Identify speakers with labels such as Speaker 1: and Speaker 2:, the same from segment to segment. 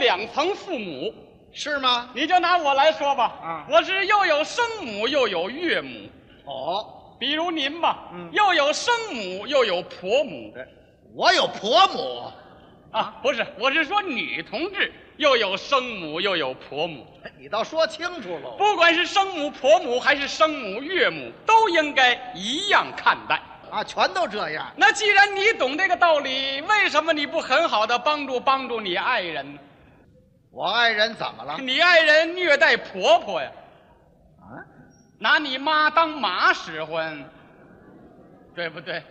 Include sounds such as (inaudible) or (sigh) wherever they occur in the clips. Speaker 1: 两层父母。
Speaker 2: 是吗？
Speaker 1: 你就拿我来说吧，
Speaker 2: 啊
Speaker 1: 我是又有生母又有岳母，
Speaker 2: 哦，
Speaker 1: 比如您吧，
Speaker 2: 嗯
Speaker 1: 又有生母又有婆母
Speaker 2: 我有婆母，
Speaker 1: 啊，不是，我是说女同志又有生母又有婆母，
Speaker 2: 哎你倒说清楚喽。
Speaker 1: 不管是生母、婆母还是生母、岳母，都应该一样看待。
Speaker 2: 啊，全都这样。
Speaker 1: 那既然你懂这个道理，为什么你不很好的帮助帮助你爱人呢？
Speaker 2: 我爱人怎么了？
Speaker 1: 你爱人虐待婆婆呀，
Speaker 2: 啊，
Speaker 1: 拿你妈当马使唤，对不对？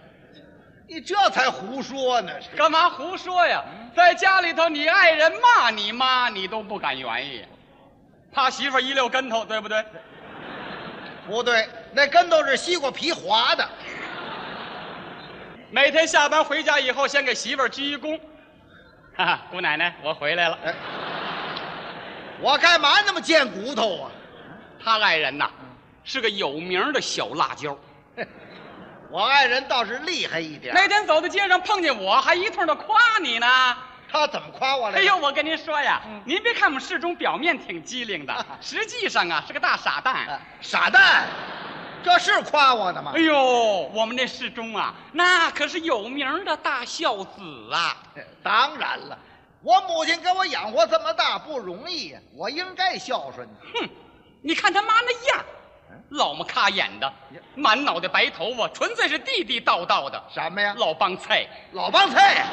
Speaker 2: 你这才胡说呢！是
Speaker 1: 干嘛胡说呀？在家里头，你爱人骂你妈，你都不敢原意，怕媳妇儿一溜跟头，对不对？
Speaker 2: 不对，那跟头是西瓜皮划的。
Speaker 1: 每天下班回家以后，先给媳妇儿鞠一躬，哈哈，姑奶奶，我回来了。
Speaker 2: 哎，我干嘛那么贱骨头啊？
Speaker 1: 他爱人呐，是个有名的小辣椒。
Speaker 2: 我爱人倒是厉害一点。
Speaker 1: 那天走在街上碰见我，还一通的夸你呢。
Speaker 2: 他怎么夸我来嗯
Speaker 1: 哎
Speaker 2: 着？
Speaker 1: 呦，我跟您说呀，您别看我们世忠表面挺机灵的，实际上啊是个大傻蛋。
Speaker 2: 啊傻蛋，这是夸我呢吗
Speaker 1: 哎？呦，我们这世忠啊，那可是有名的大孝子啊！
Speaker 2: 当然了，我母亲给我养活这么大不容易呀，我应该孝顺你。
Speaker 1: 哼，你看他妈那样儿
Speaker 2: 嗯，
Speaker 1: 老么卡眼的
Speaker 2: 呀，
Speaker 1: 满脑袋白头发，纯粹是地地道道的
Speaker 2: 什么呀？
Speaker 1: 老帮菜。
Speaker 2: 老帮菜，啊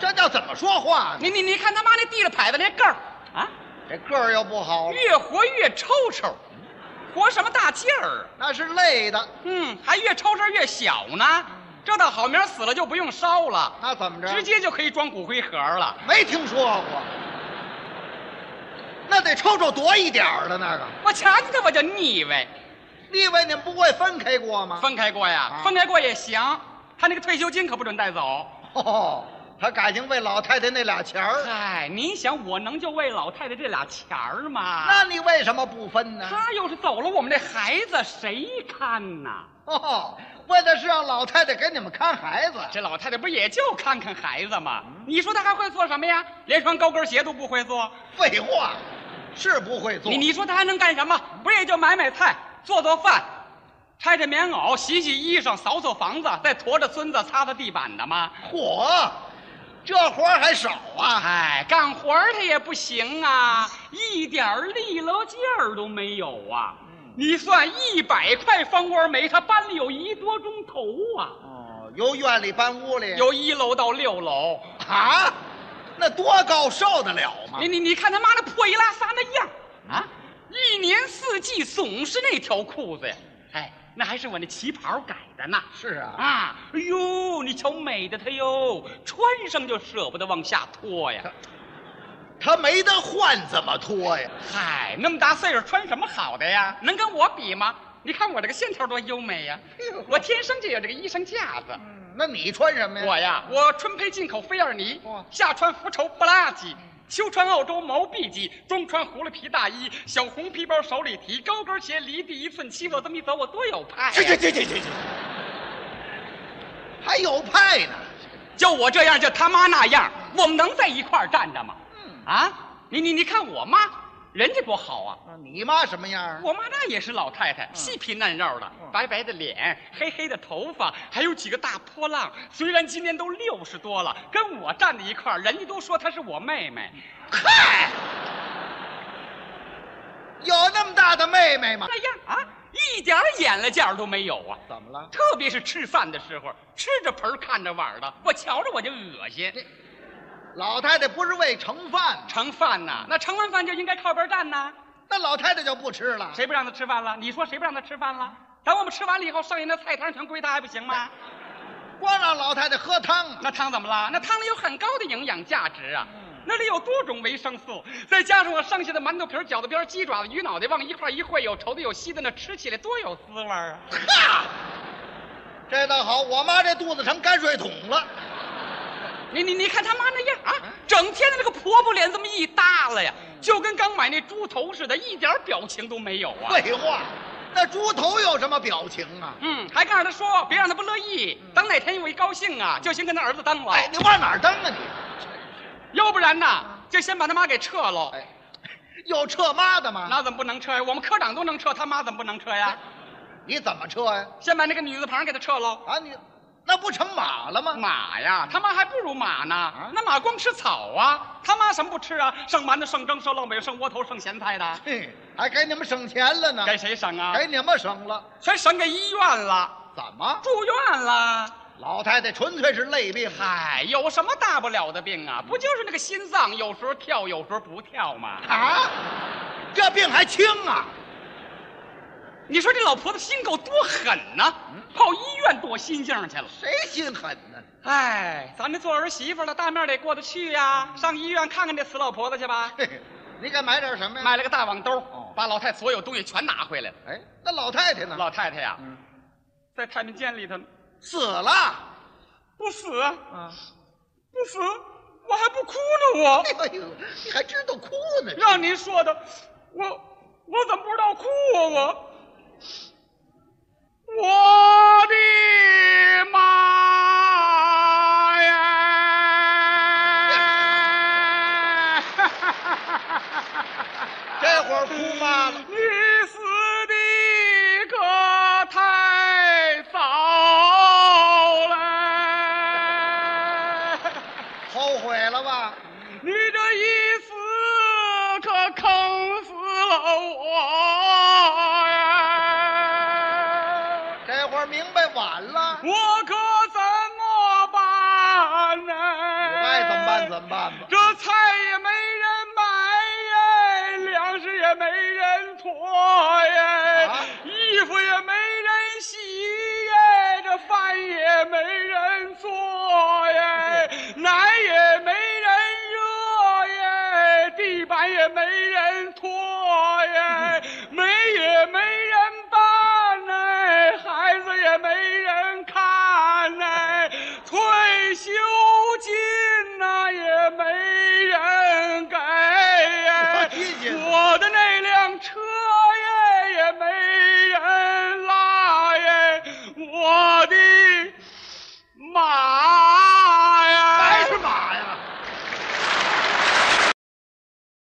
Speaker 2: 这叫怎么说话呢？
Speaker 1: 你你你看他妈那地了牌子那个儿啊，
Speaker 2: 这个儿又不好了，
Speaker 1: 越活越抽抽，
Speaker 2: 嗯
Speaker 1: 活什么大劲儿啊？
Speaker 2: 那是累的。
Speaker 1: 嗯，还越抽抽越小
Speaker 2: 嗯
Speaker 1: 呢。这倒好，明儿死了就不用烧了，
Speaker 2: 那怎么着？
Speaker 1: 直接就可以装骨灰盒了。
Speaker 2: 没听说过。那得抽抽多一点儿的那个。
Speaker 1: 我瞧见他我就腻歪。
Speaker 2: 你以为你们不会分开过吗？。
Speaker 1: 分开过呀
Speaker 2: 啊，
Speaker 1: 分开过也行。他那个退休金可不准带走。
Speaker 2: 哦，他感情为老太太那俩钱儿，
Speaker 1: 嗨，哎您想我能就为老太太这俩钱儿吗
Speaker 2: 那？你为什么不分呢？
Speaker 1: 他要是走了，我们这孩子谁看呐？
Speaker 2: 哦，为的是让老太太给你们看孩子。
Speaker 1: 这老太太不也就看看孩子吗？
Speaker 2: 嗯
Speaker 1: 你说她还会做什么呀？连双高跟鞋都不会做。
Speaker 2: 废话，是不会做。
Speaker 1: 你你说她还能干什么？不也就买买菜、做做饭、拆拆棉袄、洗洗衣裳、扫扫房子，再驮着孙子擦擦地板的吗？
Speaker 2: 嚯，这活儿还少啊？
Speaker 1: 哎，干活儿他也不行啊，一点儿利落劲儿都没有啊。你算一百块方官煤，他搬了有一多钟头啊，
Speaker 2: 哦，由院里搬屋里。
Speaker 1: 由一楼到六楼。
Speaker 2: 啊？那多高受得了吗
Speaker 1: 你？你你看他妈那破衣拉撒那样儿啊，一年四季总是那条裤子呀。哎，那还是我那旗袍改的呢。
Speaker 2: 是啊，
Speaker 1: 啊，哎呦，你瞧美的他哟，穿上就舍不得往下脱呀。
Speaker 2: 他没得换，怎么脱呀？
Speaker 1: 嗨，那么大岁数穿什么好的呀？能跟我比吗？你看我这个线条多优美呀
Speaker 2: 哎呦！
Speaker 1: 我天生就有这个衣裳架子。
Speaker 2: 嗯那你穿什么呀？
Speaker 1: 我呀，我春配进口菲尔尼
Speaker 2: 哇，
Speaker 1: 夏穿福绸布拉吉，秋穿澳洲毛 B 级，冬穿狐狸皮大衣，小红皮包手里提，高跟鞋离地一寸七。我这么一走，我多有派、
Speaker 2: 去去
Speaker 1: 呀！
Speaker 2: 去去去去，还有派呢？
Speaker 1: 就我这样，就他妈那样，我们能在一块儿站着吗？
Speaker 2: 嗯
Speaker 1: 啊，你你你看我妈，人家多好啊！
Speaker 2: 你妈什么样啊？
Speaker 1: 我妈那也是老太太，细皮嫩肉的，
Speaker 2: 嗯
Speaker 1: 白白的脸，黑黑的头发，还有几个大波浪。虽然今年都六十多了，跟我站在一块儿，人家都说她是我妹妹。
Speaker 2: 嗨，有那么大的妹妹吗？
Speaker 1: 那样啊，一点儿眼力见儿都没有啊！
Speaker 2: 怎么了？
Speaker 1: 特别是吃饭的时候，吃着盆儿看着碗儿的，我瞧着我就恶心。
Speaker 2: 老太太不是为盛饭吗，
Speaker 1: 盛饭呐、那盛完饭就应该靠边站呐、
Speaker 2: 那老太太就不吃了。
Speaker 1: 谁不让她吃饭了？你说谁不让她吃饭了？等我们吃完了以后，剩下那菜汤全归她还不行吗？
Speaker 2: 光让老太太喝汤啊？
Speaker 1: 那汤怎么了？那汤里有很高的营养价值啊，那里有多种维生素，再加上我剩下的馒头皮儿、饺子边儿、鸡爪子、鱼脑袋往一块儿一烩，有稠的有稀的，那吃起来多有滋味儿啊！
Speaker 2: 哈，这倒好，我妈这肚子成泔水桶了。
Speaker 1: 你你你看他妈那样啊，整天的那个婆婆脸这么一耷拉呀，就跟刚买那猪头似的，一点儿表情都没有啊。
Speaker 2: 废话，那猪头有什么表情啊？
Speaker 1: 嗯，还告诉他说，别让他不乐意，等哪
Speaker 2: 哎
Speaker 1: 天我一高兴啊，就先跟他儿子当了。
Speaker 2: 哎，你往哪儿蹬啊你？
Speaker 1: 要不然呐，就先把他妈给撤喽。
Speaker 2: 哎，有撤妈的吗？
Speaker 1: 那怎么不能撤呀？我们科长都能撤，他妈怎么不能撤呀？
Speaker 2: 你怎么撤呀、
Speaker 1: 先把那个女字旁给他撤喽。
Speaker 2: 啊，你那不成马了吗？
Speaker 1: 马呀，他妈还不如马呢。那马光吃草啊，他妈什么不吃啊？剩馒头、剩蒸、剩烙饼、剩窝头、剩咸菜的，
Speaker 2: 嘿，还给你们省钱了呢，
Speaker 1: 啊给谁省啊？
Speaker 2: 给你们省了。
Speaker 1: 全省给医院了，
Speaker 2: 怎么？
Speaker 1: 住院了。
Speaker 2: 老太太纯粹是累病啊！
Speaker 1: 嗨，有什么大不了的病啊？不就是那个心脏有时候跳，有时候不跳吗？
Speaker 2: 啊，这病还轻啊！
Speaker 1: 你说这老婆子心够多狠呐、跑医院躲心镜去了。
Speaker 2: 谁心狠呢？
Speaker 1: 哎，咱这做儿媳妇了，大面得过得去呀、上医院看看这死老婆子去吧。
Speaker 2: 嘿嘿，你该买点什么呀？
Speaker 1: 买了个大网兜
Speaker 2: 哦，
Speaker 1: 把老太所有东西全拿回来了。
Speaker 2: 哎，那老太太呢？
Speaker 1: 老太太呀、
Speaker 2: 嗯
Speaker 1: 在太平间里头呢
Speaker 2: 死了。
Speaker 1: 不死，嗯
Speaker 2: 啊！
Speaker 1: 不死，我还不哭呢，我
Speaker 2: 哎呦，你还知道哭呢？
Speaker 1: 让您说的，我我怎么不知道哭啊？我我的 (laughs) 妈呀！
Speaker 2: 这会儿哭妈了。
Speaker 1: 你死的可太早了，
Speaker 2: 后悔了吧？
Speaker 1: 你这一死可坑死了我呀！
Speaker 2: 这会儿明白晚了。
Speaker 1: 我可怎么办呢？
Speaker 2: 爱怎么办怎么办吧。
Speaker 1: 这菜也没人买耶，粮食也没人驮耶，
Speaker 2: 啊
Speaker 1: 衣服也没人洗耶，这饭也没人做耶，奶也没人热耶，地板也没人拖